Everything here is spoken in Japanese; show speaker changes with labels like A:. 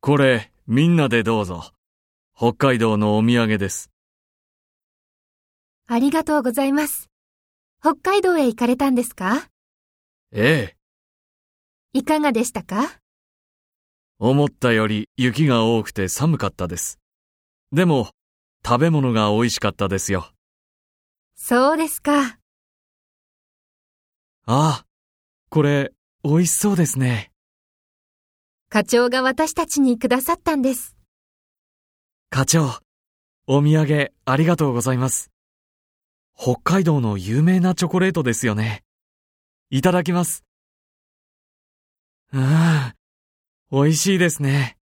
A: これ、みんなでどうぞ。北海道のお土産です。
B: ありがとうございます。北海道へ行かれたんですか
A: ええ、
B: いかがでしたか
A: 思ったより雪が多くて寒かったです。でも、食べ物が美味しかったですよ。
B: そうですか。
A: ああ、これ、美味しそうですね。
B: 課長が私たちにくださったんです。
A: 課長、お土産ありがとうございます。北海道の有名なチョコレートですよね。いただきます。うーん、美味しいですね。